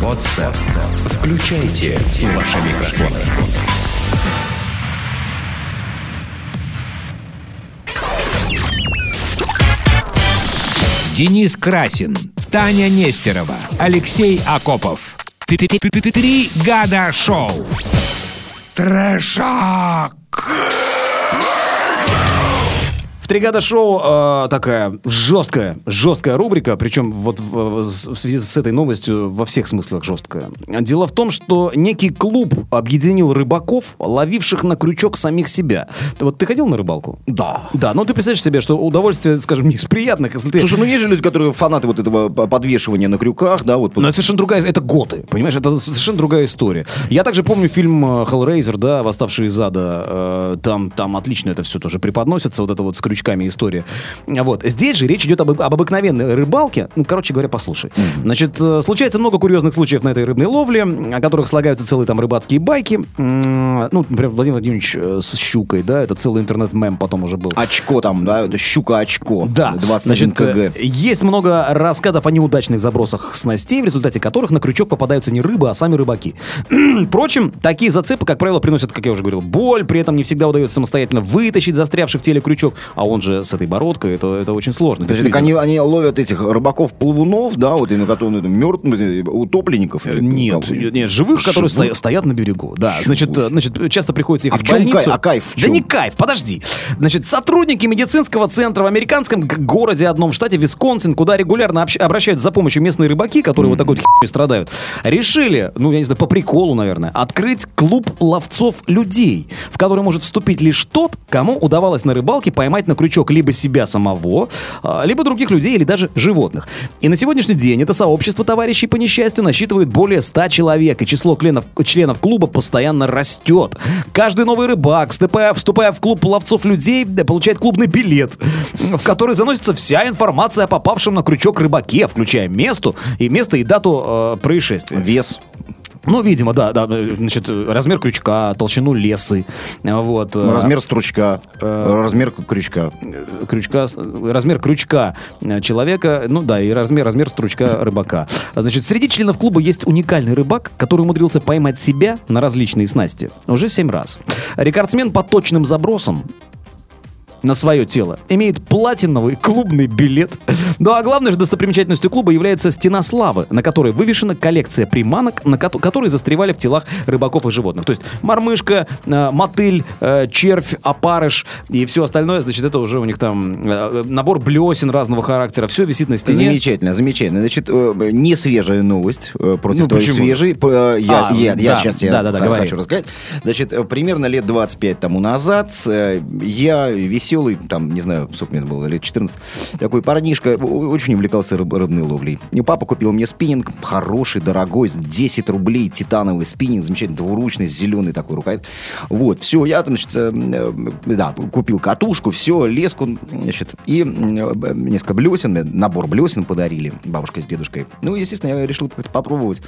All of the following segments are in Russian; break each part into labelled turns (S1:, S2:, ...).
S1: Подстер. Включайте ваши микрофоны.
S2: Денис Красин, Таня Нестерова, Алексей Акопов. Три года шоу. Трэшак.
S3: В три года шоу э, такая жесткая, жесткая рубрика, причем вот в, в связи с этой новостью во всех смыслах жесткая. Дело в том, что некий клуб объединил рыбаков, ловивших на крючок самих себя. Ты Вот ты ходил на рыбалку?
S4: Да.
S3: Да, но ты представляешь себе, что удовольствие, скажем, не из приятных, если ты...
S4: Слушай, ну есть же люди, которые фанаты вот этого п- подвешивания на крюках, да, вот.
S3: Но это совершенно другая... Это готы, понимаешь? Это совершенно другая история. Я также помню фильм э, Hellraiser, да, «Восставший из ада». Э, Там, там отлично это все тоже преподносится, вот это вот с крючками история. Вот. Здесь же речь идет об, об обыкновенной рыбалке. Ну, короче говоря, послушай. Значит, э, случается много курьезных случаев на этой рыбной ловле, о которых слагаются целые там рыбацкие байки. М, Ну, например, Владимир Владимирович э, с щукой, да, это целый интернет-мем потом уже был.
S4: Очко там, да, это щука-очко.
S3: Да.
S4: 21
S3: Значит,
S4: кг.
S3: э, Есть много рассказов о неудачных забросах снастей, в результате которых на крючок попадаются не рыбы, а сами рыбаки. Впрочем, такие зацепы, как правило, приносят, как я уже говорил, боль, при этом не всегда удается самостоятельно вытащить застрявший в теле крючок, а он же с этой бородкой, это, это очень сложно.
S4: То есть так
S3: действительно.
S4: они, они ловят этих рыбаков-плавунов, да, вот, и на которые мертвых, утопленников? или
S3: э, Нет,
S4: кого?
S3: нет, живых, которые
S4: Живых?
S3: стоя- стоят на берегу. Да,
S4: Живых.
S3: значит, э, значит, часто приходится
S4: А
S3: ехать
S4: в чем
S3: в больницу.
S4: кайф? А кайф в
S3: Да
S4: чем?
S3: не кайф, подожди. Значит, сотрудники медицинского центра в американском г- городе одном в штате Висконсин, куда регулярно общ- обращаются за помощью местные рыбаки, которые вот такой вот херней страдают, решили, ну, я не знаю, по приколу, наверное, открыть клуб ловцов людей, в который может вступить лишь тот, кому удавалось на рыбалке поймать на крючок либо себя самого, а, либо других людей или даже животных. И на сегодняшний день это сообщество товарищей по несчастью насчитывает более 100 человек, и число членов, членов клуба постоянно растет. Каждый новый рыбак, вступая, вступая в клуб ловцов людей, да, получает клубный билет, в который заносится вся информация о попавшем на крючок рыбаке, включая место и место и дату э, происшествия.
S4: Вес.
S3: Ну, видимо, да, да, э, значит, э, размер крючка, толщину лесы, э, вот. э,
S4: Ну, Размер стручка, размер крючка.
S3: крючка, с- размер крючка э, человека, ну да, и размер, размер стручка рыбака. А, Значит, среди членов клуба есть уникальный рыбак, который умудрился поймать себя на различные снасти уже семь раз. Рекордсмен по точным забросам на свое тело, имеет платиновый клубный билет. Ну а главной же достопримечательностью клуба является стена славы, на которой вывешена коллекция приманок, на кото- которые застревали в телах рыбаков и животных. То есть мормышка, э, мотыль, э, червь, опарыш и все остальное, значит, это уже у них там э, набор блесен разного характера. Все висит на стене.
S4: Замечательно, замечательно. Значит, э, не свежая новость э, против
S3: Ну,
S4: твоей
S3: почему?
S4: свежей. П- э, Я,
S3: А,
S4: я- я
S3: да,
S4: сейчас
S3: да, да, да,
S4: х-
S3: говори.
S4: хочу рассказать. Значит, э, примерно лет 25 тому назад э, я веселый, там, не знаю, сколько мне было, лет 14, такой парнишка, о- очень увлекался рыб- рыбной ловлей. И папа купил мне спиннинг, хороший, дорогой, за 10 рублей, титановый спиннинг, замечательный, двуручный, зеленый такой рукой. Вот, все, я там, значит, э, э, да, купил катушку, все, леску, значит, и э, б- несколько блесен, э, набор блесен подарили бабушка с дедушкой. Ну, естественно, я решил как-то попробовать.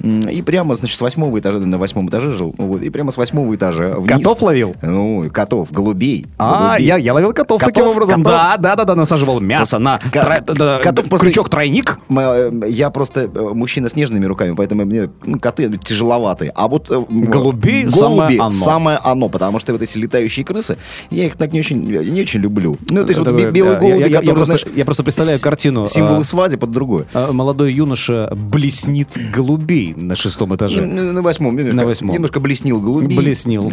S4: М, И прямо, значит, с восьмого этажа, на восьмом этаже жил, вот, и прямо с восьмого этажа вниз.
S3: Котов ловил?
S4: Ну, и котов, голубей.
S3: А,
S4: голубей.
S3: я, я ловил котов,
S4: Котов,
S3: таким образом.
S4: котов.
S3: Да, да, да, да, насаживал мясо на
S4: Ко-
S3: тра- да,
S4: котов просто-
S3: крючок-тройник.
S4: М, э, Я просто э, мужчина с нежными руками, поэтому мне ну, коты тяжеловатые. А вот э, м,
S3: Голуби
S4: голуби
S3: самое оно.
S4: самое оно, потому что вот эти летающие крысы, я их так не очень, не очень люблю. Ну, то есть вот
S3: Такое,
S4: бе- белые
S3: да, я-
S4: голуби,
S3: я- я
S4: которые,
S3: просто-
S4: знаешь,
S3: я просто представляю
S4: с-
S3: картину,
S4: Символы
S3: а,
S4: свадеб под другое.
S3: А, Молодой юноша блеснит голубей на шестом
S4: И,
S3: этаже.
S4: ну, На восьмом. Немножко,
S3: восьмом.
S4: Немножко блеснил голубей.
S3: Блеснил.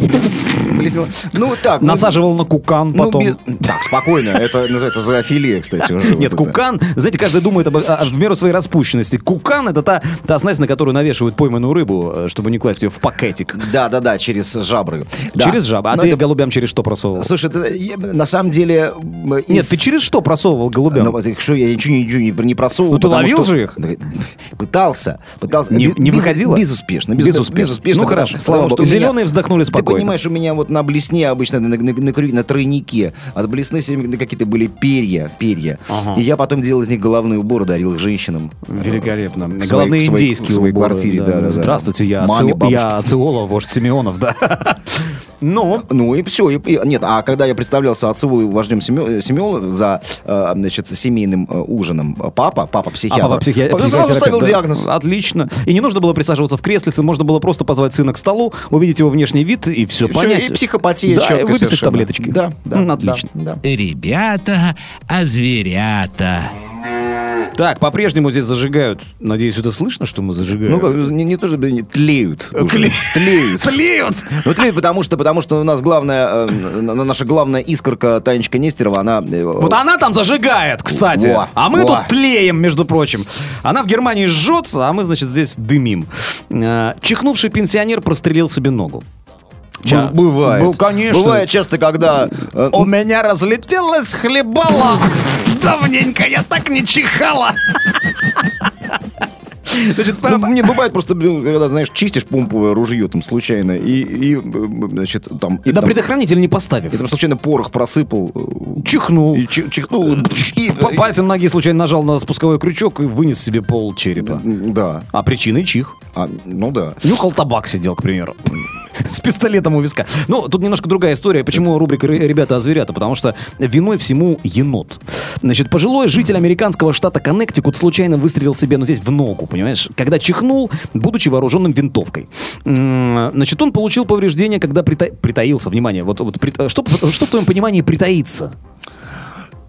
S4: Блеснил. Ну, так. ну,
S3: Насаживал на кукан
S4: ну,
S3: потом.
S4: бе- Так, спокойно. Это называется зоофилия, кстати. уже. Вот
S3: Нет,
S4: это.
S3: кукан, знаете, каждый думает об, о- в меру своей распущенности. Кукан это та, та снасть, на которую навешивают пойманную рыбу, э, чтобы не класть ее в пакетик.
S4: Да-да-да, через жабры. Да.
S3: Через жабу. А
S4: Но
S3: ты
S4: это-
S3: голубям через что просовывал?
S4: Слушай, это, э, на самом деле... м,
S3: Нет,
S4: из-
S3: ты через что просовывал голубям?
S4: Ну, вот их что, я ничего, ничего не, не просовывал.
S3: Ну, ты
S4: потому
S3: ловил
S4: что-
S3: же их?
S4: Да, Пытался. пытался.
S3: Не-
S4: Без-
S3: не
S4: без-
S3: выходило?
S4: Безуспешно.
S3: Безуспешно. Ну,
S4: потому-
S3: хорошо,
S4: потому
S3: слава
S4: что
S3: богу.
S4: у меня-
S3: Зеленые вздохнули спокойно.
S4: Ты понимаешь, у меня вот на блесне обычно, на, на, на крю- на тройнике, от блесны все время какие-то были перья. перья.
S3: Ага.
S4: И я потом делал из них головные уборы, дарил их женщинам.
S3: Великолепно.
S4: В своей-
S3: Главные
S4: в своей-
S3: индейские
S4: в своей
S3: уборы,
S4: квартире, да, да, да.
S3: Здравствуйте, я,
S4: Маме,
S3: Ацио-
S4: бабушке.
S3: я Ациола, вождь Симеонов, да. Ну,
S4: Ну и все. И, и- нет, а когда я представлялся отцу и вождем семё- Семёну за э, значит, семейным э, ужином э, папа, папа
S3: а
S4: психиатр,
S3: папа психи-
S4: потом сразу
S3: психотерапевт,
S4: ставил
S3: да.
S4: диагноз.
S3: Отлично. И не нужно было присаживаться в креслице, можно было просто позвать сына к столу, увидеть его внешний вид и все,
S4: И всё,
S3: понять.
S4: и психопатия
S3: Да, и
S4: чёткая
S3: выписать
S4: совершенно.
S3: таблеточки.
S4: Да, да.
S3: М, отлично.
S4: да, да.
S5: Ребята, а зверята.
S3: Так, по-прежнему здесь зажигают. Надеюсь, это слышно, что мы зажигаем.
S4: Ну, как, не, не то чтобы не- тлеют. уже. Тлеют.
S3: Блин!
S4: Ну, тлеют, потому что, потому что у нас главная, э, н- н- наша главная искорка Танечка Нестерова, она... э,
S3: Вот она там зажигает, кстати.
S4: Во,
S3: а мы
S4: во.
S3: тут тлеем, между прочим. Она в Германии жжет, а мы, значит, здесь дымим. Э, Чихнувший пенсионер прострелил себе ногу. Ча-
S4: Бывает.
S3: Был, конечно.
S4: Бывает часто, когда... э,
S3: У меня разлетелось хлебало. Давненько я так не чихала. Значит,
S4: Ну, мне бывает просто, блин, когда, знаешь, чистишь помповое ружье там случайно, и, и, э, значит, там... И,
S3: да
S4: там,
S3: предохранитель не поставив.
S4: и там случайно порох просыпал. э,
S3: Чихнул.
S4: И чи- чихнул.
S3: Э,
S4: и- и-
S3: П- Пальцем ноги случайно нажал на спусковой крючок и вынес себе пол черепа.
S4: Да.
S3: А причиной чих.
S4: А, ну да.
S3: Нюхал табак сидел, к примеру. С пистолетом у виска. Ну, тут немножко другая история. Почему рубрика «Ры- «Ребята, а зверята?» Потому что виной всему енот. Значит, пожилой житель американского штата Коннектикут случайно выстрелил себе, ну, здесь в ногу, понимаешь? Когда чихнул, будучи вооруженным винтовкой. М, Значит, он получил повреждение, когда прита- притаился. Внимание, вот, вот прита- что, что в твоем понимании притаится?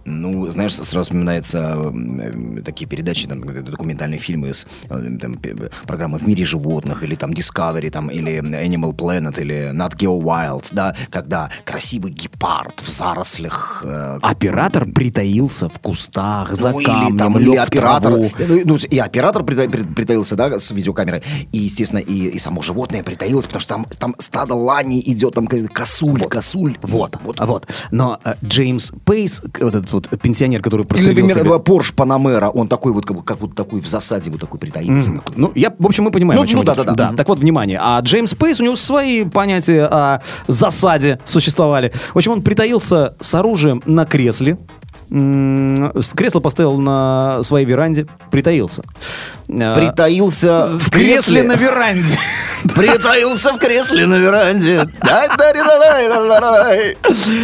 S4: Ну, знаешь, сразу вспоминаются э, э, такие передачи, там, э, документальные фильмы из э, там, пе- э, программы «В мире животных» или там Discovery, там, или Animal Planet, или Nat Geo Wild, да, когда красивый гепард в зарослях... э,
S3: Оператор притаился в кустах, А, за
S4: Ну,
S3: камнем,
S4: или там
S3: лёг
S4: или
S3: в
S4: оператор,
S3: траву.
S4: э, ну, и оператор прита- при- притаился, да, с видеокамерой, и естественно и, и само животное притаилось, потому что там там стадо лани идет, там какая-то косуль, косуль, вот, вот.
S3: А Вот. Но э, Джеймс Пейс, к- вот этот вот пенсионер, который
S4: Или,
S3: прострелил
S4: например,
S3: себе-
S4: э, Порш Панамера, он такой вот как, бы- как будто такой в засаде вот такой притаился.
S3: Мгм.
S4: такой.
S3: Ну, я, в общем, мы понимаем,
S4: Ну,
S3: о чем
S4: ну,
S3: идет.
S4: да-да-да. Мгм.
S3: Так вот, внимание. А Джеймс Пейс, у него свои понятия о засаде существовали. В общем, он притаился с оружием на кресле. М, с- Кресло поставил на своей веранде, притаился. Э,
S4: Притаился
S3: в кресле на веранде.
S4: Притаился в кресле на веранде. Дай-дай-дай-дай-дай-дай.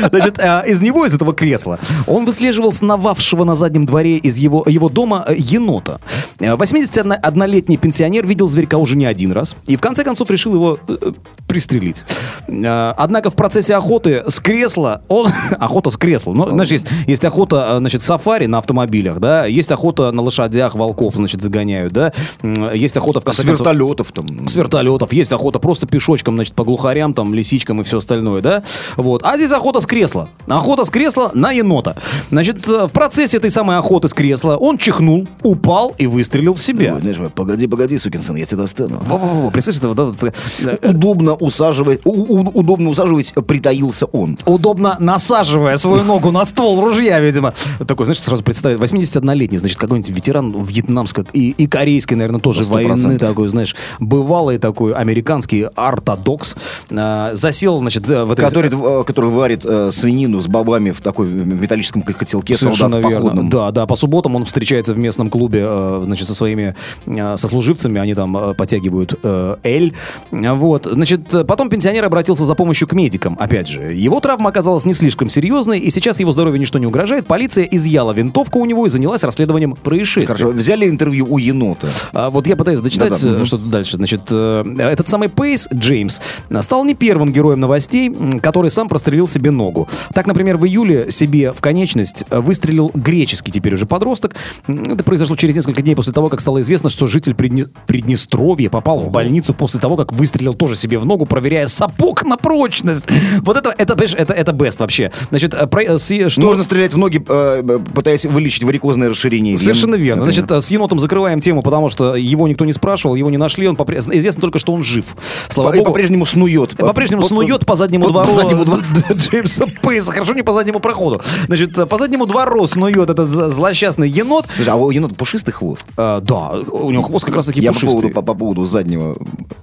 S3: Значит, э, из него, из этого кресла, он выслеживал сновавшего на заднем дворе из его, его дома э, енота. Э, 81-летний пенсионер видел зверька уже не один раз и в конце концов решил его э, э, пристрелить. Э, Однако в процессе охоты с кресла он... Охота с кресла. Ну, знаешь, есть, есть охота, э, значит, сафари на автомобилях, да, есть охота на лошадях, волков, значит, загоняют, да, М, есть охота в конце
S4: С
S3: концов-
S4: вертолетов там.
S3: с вертолетов, есть охота просто пешочком, значит, по глухарям, там, лисичкам и все остальное, да? Вот. А здесь охота с кресла. Охота с кресла на енота. Значит, э, в процессе этой самой охоты с кресла он чихнул, упал и выстрелил в себя.
S4: Ой, ну, знаешь, погоди, погоди, сукин сын, я тебя достану.
S3: Во-во-во, представляешь, это вот- вот, э,
S4: Удобно усаживать, у- у- удобно усаживаясь, притаился он.
S3: удобно насаживая свою ногу на ствол ружья, видимо. Такой, знаешь, сразу представляю, 81-летний, значит, какой-нибудь ветеран вьетнамской и, и корейской, наверное, тоже
S4: Сто процентов.
S3: войны такой, знаешь, бывалый такой американский ортодокс. а, засел, значит, за- в этой...
S4: Который, э, который варит э, свинину с бобами в такой металлическом к- котелке
S3: Совершенно
S4: солдат
S3: верно.
S4: походным.
S3: Да, да, по субботам он встречается в местном клубе, э, значит, со своими э, сослуживцами, они там э, подтягивают э, эль. Вот, значит, э, потом пенсионер обратился за помощью к медикам, опять же. Его травма оказалась не слишком серьезной, и сейчас его здоровью ничто не угрожает. Полиция изъяла винтовку у него и занялась расследованием происшествия.
S4: Хорошо, взяли интервью у енота.
S3: А Вот я пытаюсь дочитать,
S4: Да-да,
S3: э,
S4: мгм.
S3: что тут дальше. Значит, э, этот самый Пейс, Джеймс, э, стал не первым героем новостей, м, который сам прострелил себе ногу. Так, например, в июле себе в конечность э, выстрелил греческий теперь уже подросток. М, Это произошло через несколько дней после того, как стало известно, что житель Придне- Приднестровья попал в больницу после того, как выстрелил тоже себе в ногу, проверяя сапог на прочность. Вот это, это, понимаешь, это, это best вообще. Значит, э, про- э, с- что...
S4: Можно стрелять в ноги, э, э, пытаясь вылечить варикозное расширение. вен,
S3: Совершенно верно.
S4: например.
S3: Значит, э, с енотом закрываем тему, потому что его никто не спрашивал, его не нашли, он попре- известно только, что он жив. Слава
S4: По- и
S3: богу.
S4: по-прежнему снует.
S3: Э, По-прежнему
S4: Вот-
S3: снует по заднему
S4: вот
S3: двору.
S4: По заднему двору.
S3: Джеймса Пейса. а Хорошо, не по заднему проходу. Значит, э, по заднему двору снует этот за- злосчастный енот.
S4: Слушай, а у енота пушистый хвост?
S3: Э, да, у него хвост как раз таки
S4: Я по
S3: пушистый.
S4: поводу, по, по поводу заднего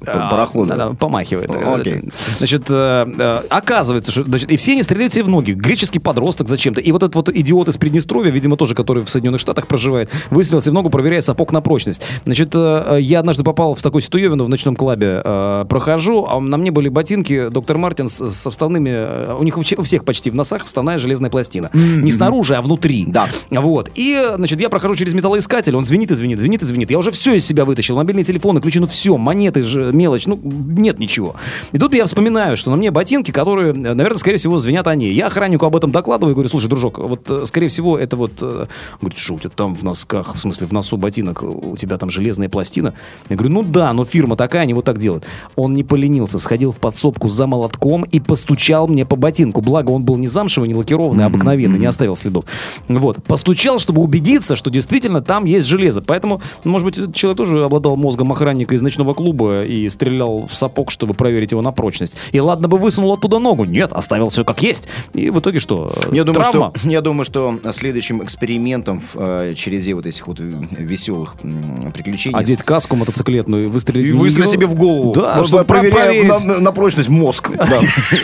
S3: А,
S4: парохода.
S3: да, да, помахивает.
S4: Окей.
S3: Значит, э, э, оказывается, что значит, и все они стреляют себе в ноги. Греческий подросток зачем-то. И вот этот вот идиот из Приднестровья, видимо, тоже, который в Соединенных Штатах проживает, выстрелил себе в ногу, проверяя сапог на прочность. Значит, э, э, я однажды попал в такую ситуевину в ночном клабе. э, Прохожу, а на мне были ботинки доктор Мартинс со вставными... э, У них у вч- у всех почти в носах вставная железная пластина. Не снаружи, а внутри.
S4: М-м-м. Да.
S3: Вот. И, э, значит, я прохожу через металлоискатель, он звенит и звенит, звенит и звенит. Я уже все из себя вытащил. Мобильные телефоны, ключи, ну все, монеты же, мелочь, ну нет ничего. И тут я вспоминаю, что на мне ботинки, которые, э, наверное, скорее всего, звенят они. Я охраннику об этом докладываю и говорю, слушай, дружок, вот, э, скорее всего, это вот... э, он Говорит, что у тебя там в носках, в смысле, в носу ботинок, у тебя там железная пластина? Я говорю, ну да, но фирма такая, они вот так делают. Он не поленился, сходил в подсобку за молотком и постучал мне по ботинку. Благо, он был не замшевый, не лакированный, а обыкновенный, не оставил следов. Вот. Постучал, чтобы убедиться, что действительно там есть железо. Поэтому, ну, может быть, этот человек тоже обладал мозгом охранника из ночного клуба и стрелял в сапог, чтобы проверить его на прочность. И ладно бы высунул оттуда ногу. Нет, оставил все как есть. И в итоге что?
S4: Я думаю,
S3: Травма?
S4: что, я думаю, что э, следующим экспериментом в э, череде вот этих вот веселых м, приключений...
S3: Одеть каску мотоциклетную и выстрелить
S4: И
S3: в
S4: выстрелить
S3: неё.
S4: себе в голову.
S3: Да,
S4: Потому
S3: чтобы
S4: что я проверяю
S3: проверить.
S4: на, на прочность мозг. да.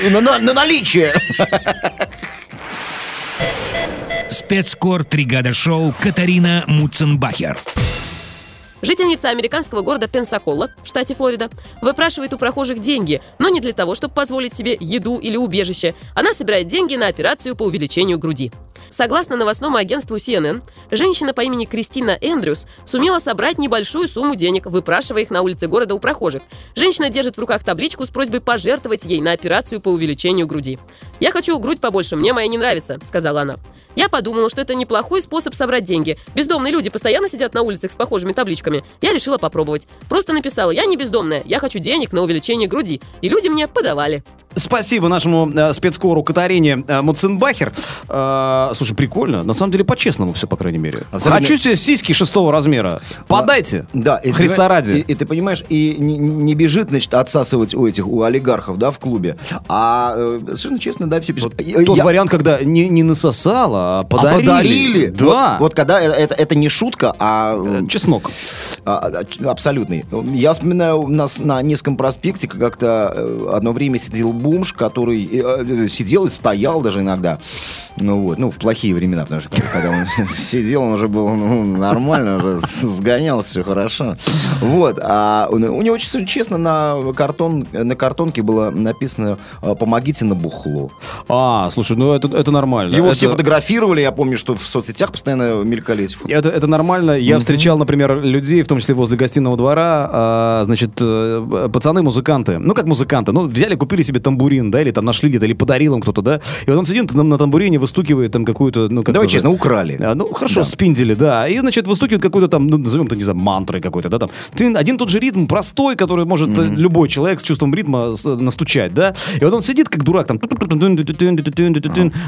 S4: И на- на- на наличие.
S5: Спецкор «Три года шоу» Катарина Муценбахер.
S6: Жительница американского города Пенсакола в штате Флорида выпрашивает у прохожих деньги, но не для того, чтобы позволить себе еду или убежище. Она собирает деньги на операцию по увеличению груди. Согласно новостному агентству CNN, женщина по имени Кристина Эндрюс сумела собрать небольшую сумму денег, выпрашивая их на улице города у прохожих. Женщина держит в руках табличку с просьбой пожертвовать ей на операцию по увеличению груди. «Я хочу грудь побольше, мне моя не нравится», — сказала она. Я подумала, что это неплохой способ собрать деньги. Бездомные люди постоянно сидят на улицах с похожими табличками. Я решила попробовать. Просто написала, я не бездомная, я хочу денег на увеличение груди. И люди мне подавали.
S3: Спасибо нашему э, спецкору Катарине э, Муценбахер. Э, слушай, прикольно. На самом деле, по-честному все, по крайней мере.
S4: Абсолютно.
S3: Хочу себе сиськи шестого размера. Подайте.
S4: Да, и ты
S3: Христа
S4: понимаешь-
S3: ради.
S4: И, и ты понимаешь, и не, не бежит, значит, отсасывать у этих, у олигархов, да, в клубе, а э, совершенно честно, да, все пишет. Я-
S3: Тот вариант, когда не, не насосала, а
S4: а
S3: подарили.
S4: подарили.
S3: Да.
S4: Вот, вот когда э- это, это не шутка, а,
S3: Э,
S4: э,
S3: Чеснок.
S4: а- а, ч- абсолютный. Я вспоминаю, у нас на Невском проспекте как-то э, одно время сидел бумж, который э, э, сидел и стоял даже иногда. Ну вот, ну в плохие времена, потому что когда он сидел, он уже был ну, нормально, уже сгонял, все хорошо. Вот, а у у него очень честно на, картон, на картонке было написано э, «Помогите на бухло».
S3: А, слушай, ну это, это нормально.
S4: Его
S3: Это-
S4: все фотографировали, я помню, что в соцсетях постоянно мелькали эти фото.
S3: Это, это нормально. Я встречал, например, людей, в том числе возле гостиного двора, а, значит, э, пацаны-музыканты. Ну, как музыканты. Ну, взяли, купили себе тамбурин, да, или там нашли где-то, или подарил им кто-то, да. И вот он сидит на, на тамбурине, выстукивает там какую-то, ну, как
S4: Давай
S3: тоже-
S4: честно, украли.
S3: А, ну, хорошо,
S4: Да.
S3: спиндили, да. И, значит, выстукивает какую-то там, ну, назовем то не знаю, мантрой какой-то, да, там. Ты один тот же ритм простой, который может э, любой человек с чувством ритма с- настучать, да. И вот он сидит, как дурак, там.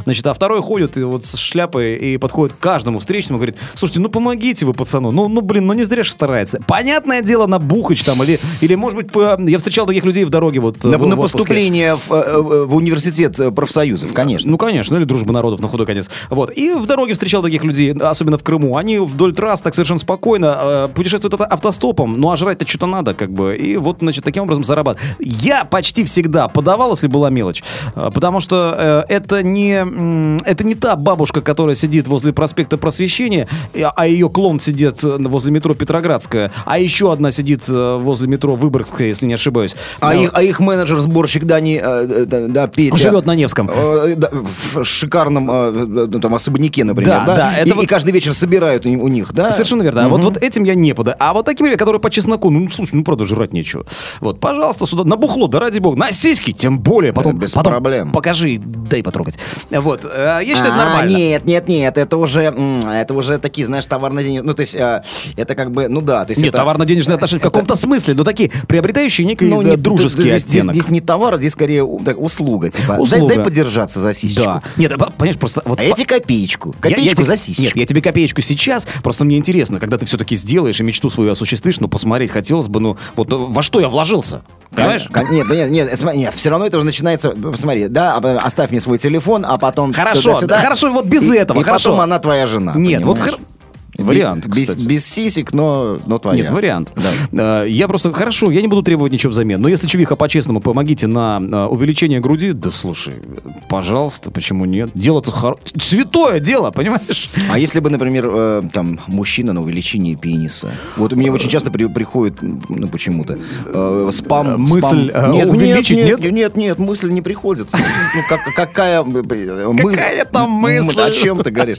S3: Значит, а второй ходит и вот с шляпой и подходит к каждому встречному и говорит, слушайте, ну, помогите вы, пацану. Ну, ну, блин, ну, не зря же старается. Понятное дело, на бухач там или, или может быть, по- я встречал таких людей в дороге вот. э,
S4: На,
S3: в-
S4: на
S3: в отпуске.
S4: поступление в, э, э, в университет э, профсоюзов, конечно.
S3: Ну, конечно, или дружба народов на худой конец. Вот. И в дороге встречал таких людей, особенно в Крыму. Они вдоль трасс так совершенно спокойно э, путешествуют ата- автостопом, ну а жрать-то что-то надо, как бы. И вот, значит, таким образом зарабатывают. Я почти всегда подавал, если была мелочь. Э, потому что э, это, не, м, это не та бабушка, которая сидит возле проспекта Просвещения, и- а ее клон сидит э, возле метро Петроградская, а еще одна сидит э, возле метро Выборгская, если не ошибаюсь.
S4: а,
S3: Э,
S4: их, а их менеджер-сборщик Дани, э, да, да, Петя...
S3: Живет на Невском.
S4: э, да, в шикарном э, ну, там, особняке, например,
S3: Да,
S4: да?
S3: да, это
S4: и,
S3: вот-
S4: и каждый вечер собирают у, ни- у них, да?
S3: Совершенно верно. А вот, вот этим я не подаю. А вот такими, которые по чесноку, ну, слушай, ну, правда, жрать нечего. Вот, пожалуйста, сюда, на бухло, да ради бога, на сиськи, тем более. Потом,
S4: Да, без
S3: потом
S4: проблем.
S3: покажи, дай потрогать. Вот, э, я считаю, это
S4: А,
S3: нормально.
S4: Нет, нет, нет, это уже, м, это уже такие, знаешь, товарно-денежные, ну, то есть, э, это как бы, ну да, то есть
S3: Нет,
S4: это-
S3: товарно-денежные отношения в каком-то смысле, но такие, приобретающие некий
S4: Ну,
S3: э,
S4: не
S3: дружеский
S4: здесь, здесь-
S3: оттенок.
S4: здесь не товар, а здесь скорее у- так, услуга, типа, дай-
S3: Услуга.
S4: Дай, подержаться за сисечку.
S3: да. Нет, а, понимаешь, просто... Вот
S4: А
S3: по-
S4: эти копеечку,
S3: Я- я
S4: копеечку
S3: тебе-
S4: за сисечку.
S3: Нет, я тебе копеечку сейчас, просто мне интересно, когда ты все-таки сделаешь и мечту свою осуществишь, ну, посмотреть хотелось бы, ну, вот ну, во что я вложился, понимаешь?
S4: Кон- Нет, ну нет, нет, см- нет, все равно это уже начинается, посмотри, да, а, оставь мне свой телефон, а потом
S3: Хорошо,
S4: туда-сюда.
S3: хорошо, вот без
S4: И-
S3: этого,
S4: и
S3: хорошо.
S4: потом она твоя жена,
S3: Нет, вот
S4: понимаешь?
S3: хор- Вариант,
S4: без,
S3: кстати.
S4: без сисек, но, но твоя.
S3: Нет, вариант. Э, Я просто, хорошо, я не буду требовать ничего взамен, но если, Чувиха, по-честному, помогите на э, увеличение груди, да слушай, э, пожалуйста, почему нет? Дело-то хоро- святое дело, понимаешь?
S4: А если бы, например, э, там, мужчина на увеличении пениса? Вот у меня очень часто при- приходит, ну, почему-то, э, спам.
S3: Э, мысль,
S4: спам.
S3: э, увеличить,
S4: нет,
S3: нет?
S4: нет? Нет, нет, мысль не приходит. Ну, как- какая э, мысль?
S3: Какая там мысль?
S4: О чем ты говоришь?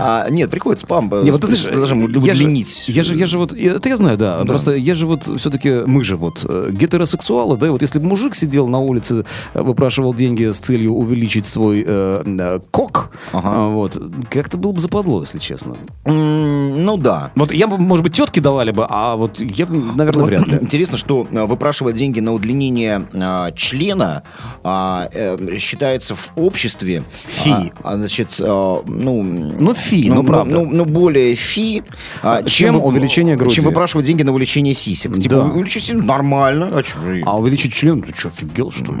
S4: А, Нет, приходит спам. э,
S3: Не, вот ты
S4: с-
S3: знаешь,
S4: предложением
S3: я же-
S4: удлинить.
S3: Я же, я же вот, это я знаю, да,
S4: Да.
S3: Просто я же вот все-таки мы же вот э, гетеросексуалы, да, и вот если бы мужик сидел на улице, э, выпрашивал деньги с целью увеличить свой э, э, кок,
S4: Ага.
S3: а, вот как-то было бы западло, если честно.
S4: М, Ну да.
S3: Вот я бы, может быть, тетки давали бы, а вот я, бы, наверное,
S4: Вот
S3: вряд ли.
S4: Интересно, что э, выпрашивать деньги на удлинение э, члена а, э, считается в обществе
S3: Фи.
S4: а, а, значит, э, ну,
S3: Ну, фи, ну, правда.
S4: ну, ну, более фи, а,
S3: Чем
S4: вы-
S3: увеличение груди.
S4: чем выпрашивать деньги на увеличение сисек. Типа,
S3: Да.
S4: увеличить сисек нормально, а чё, блин,
S3: а увеличить член, ты что, офигел, что ли?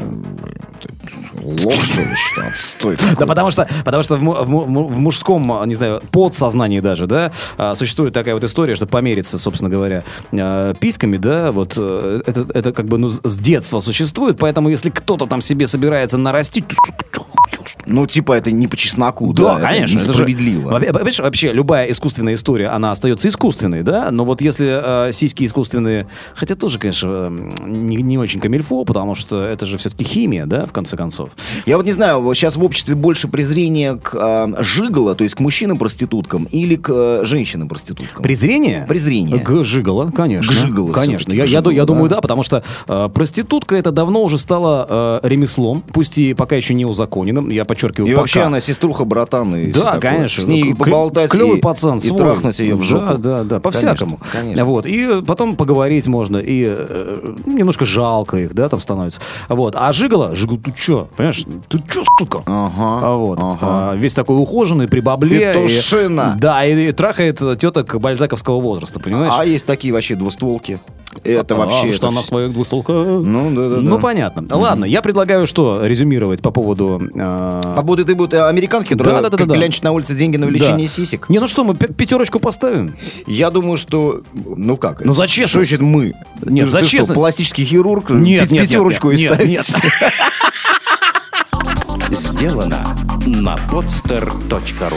S4: лох, что ли, считал? Стой.
S3: Да потому что, потому что в, му- в му- му- в мужском, а, не знаю, подсознании даже, да, а, существует такая вот история, что помериться, собственно говоря, э, письками, да, вот э, это, это как бы ну, с с детства существует, поэтому если кто-то там себе собирается нарастить, то, сука, чё, охуел, что ли?
S4: Ну, типа, это не по чесноку, да, это
S3: это же-
S4: несправедливо.
S3: Во- Понимаешь, вообще любая искусственная история, она остается искусственной, да, но вот если э, сиськи искусственные, хотя тоже, конечно, м, не, не очень камильфо, потому что это же все-таки химия, да, в конце концов.
S4: Я вот не знаю, сейчас в обществе больше презрения к э, жиголо, то есть к мужчинам-проституткам или к э, женщинам-проституткам?
S3: Презрение?
S4: Презрение.
S3: К жиголо, конечно.
S4: К жиголо
S3: Конечно.
S4: всё-таки,
S3: Я,
S4: к
S3: я ду- я
S4: жиголо,
S3: думаю,
S4: да.
S3: да, потому что э, проститутка это давно уже стало э, ремеслом, пусть и пока еще не узаконенным, я подчеркиваю,
S4: И
S3: пока.
S4: вообще она сеструха, братан и всё
S3: Да,
S4: такое.
S3: конечно. ну,
S4: С ней
S3: К-
S4: поболтать
S3: клёвый
S4: и,
S3: пацан,
S4: и
S3: свой.
S4: трахнуть ее в жопу.
S3: Да, да, да, по-всякому.
S4: конечно.
S3: Вот, и потом поговорить можно, и э, ну, немножко жалко их, да, там становится. Вот, а жигала, жигал, ты чё, понимаешь, ты чё, сука?
S4: Ага.
S3: А вот.
S4: ага.
S3: а, весь такой ухоженный, при бабле. и-
S4: Петушина.
S3: да, и, и трахает э, теток бальзаковского возраста, понимаешь?
S4: А есть такие вообще двустволки. Это
S3: А,
S4: вообще... это
S3: Что она
S4: вс-
S3: твоих двустолка.
S4: Ну, да, да,
S3: Ну,
S4: да.
S3: понятно. Ладно, я предлагаю что резюмировать по поводу... э,
S4: А будут и будут э, американки, которые
S3: Да, да, да, да.
S4: клянчат на улице деньги на увеличение
S3: Да.
S4: сисек.
S3: Не, ну что, мы пя- пятерочку поставим?
S4: Я думаю, что... Ну как?
S3: Ну, за честность.
S4: Что значит мы?
S3: Нет,
S4: Ты-
S3: за
S4: ты что,
S3: честность.
S4: пластический хирург?
S3: Нет,
S4: Пи-
S3: нет,
S4: Пятерочку
S3: нет,
S4: и
S3: нет,
S4: ставить?
S3: нет.
S1: Сделано на podster.ru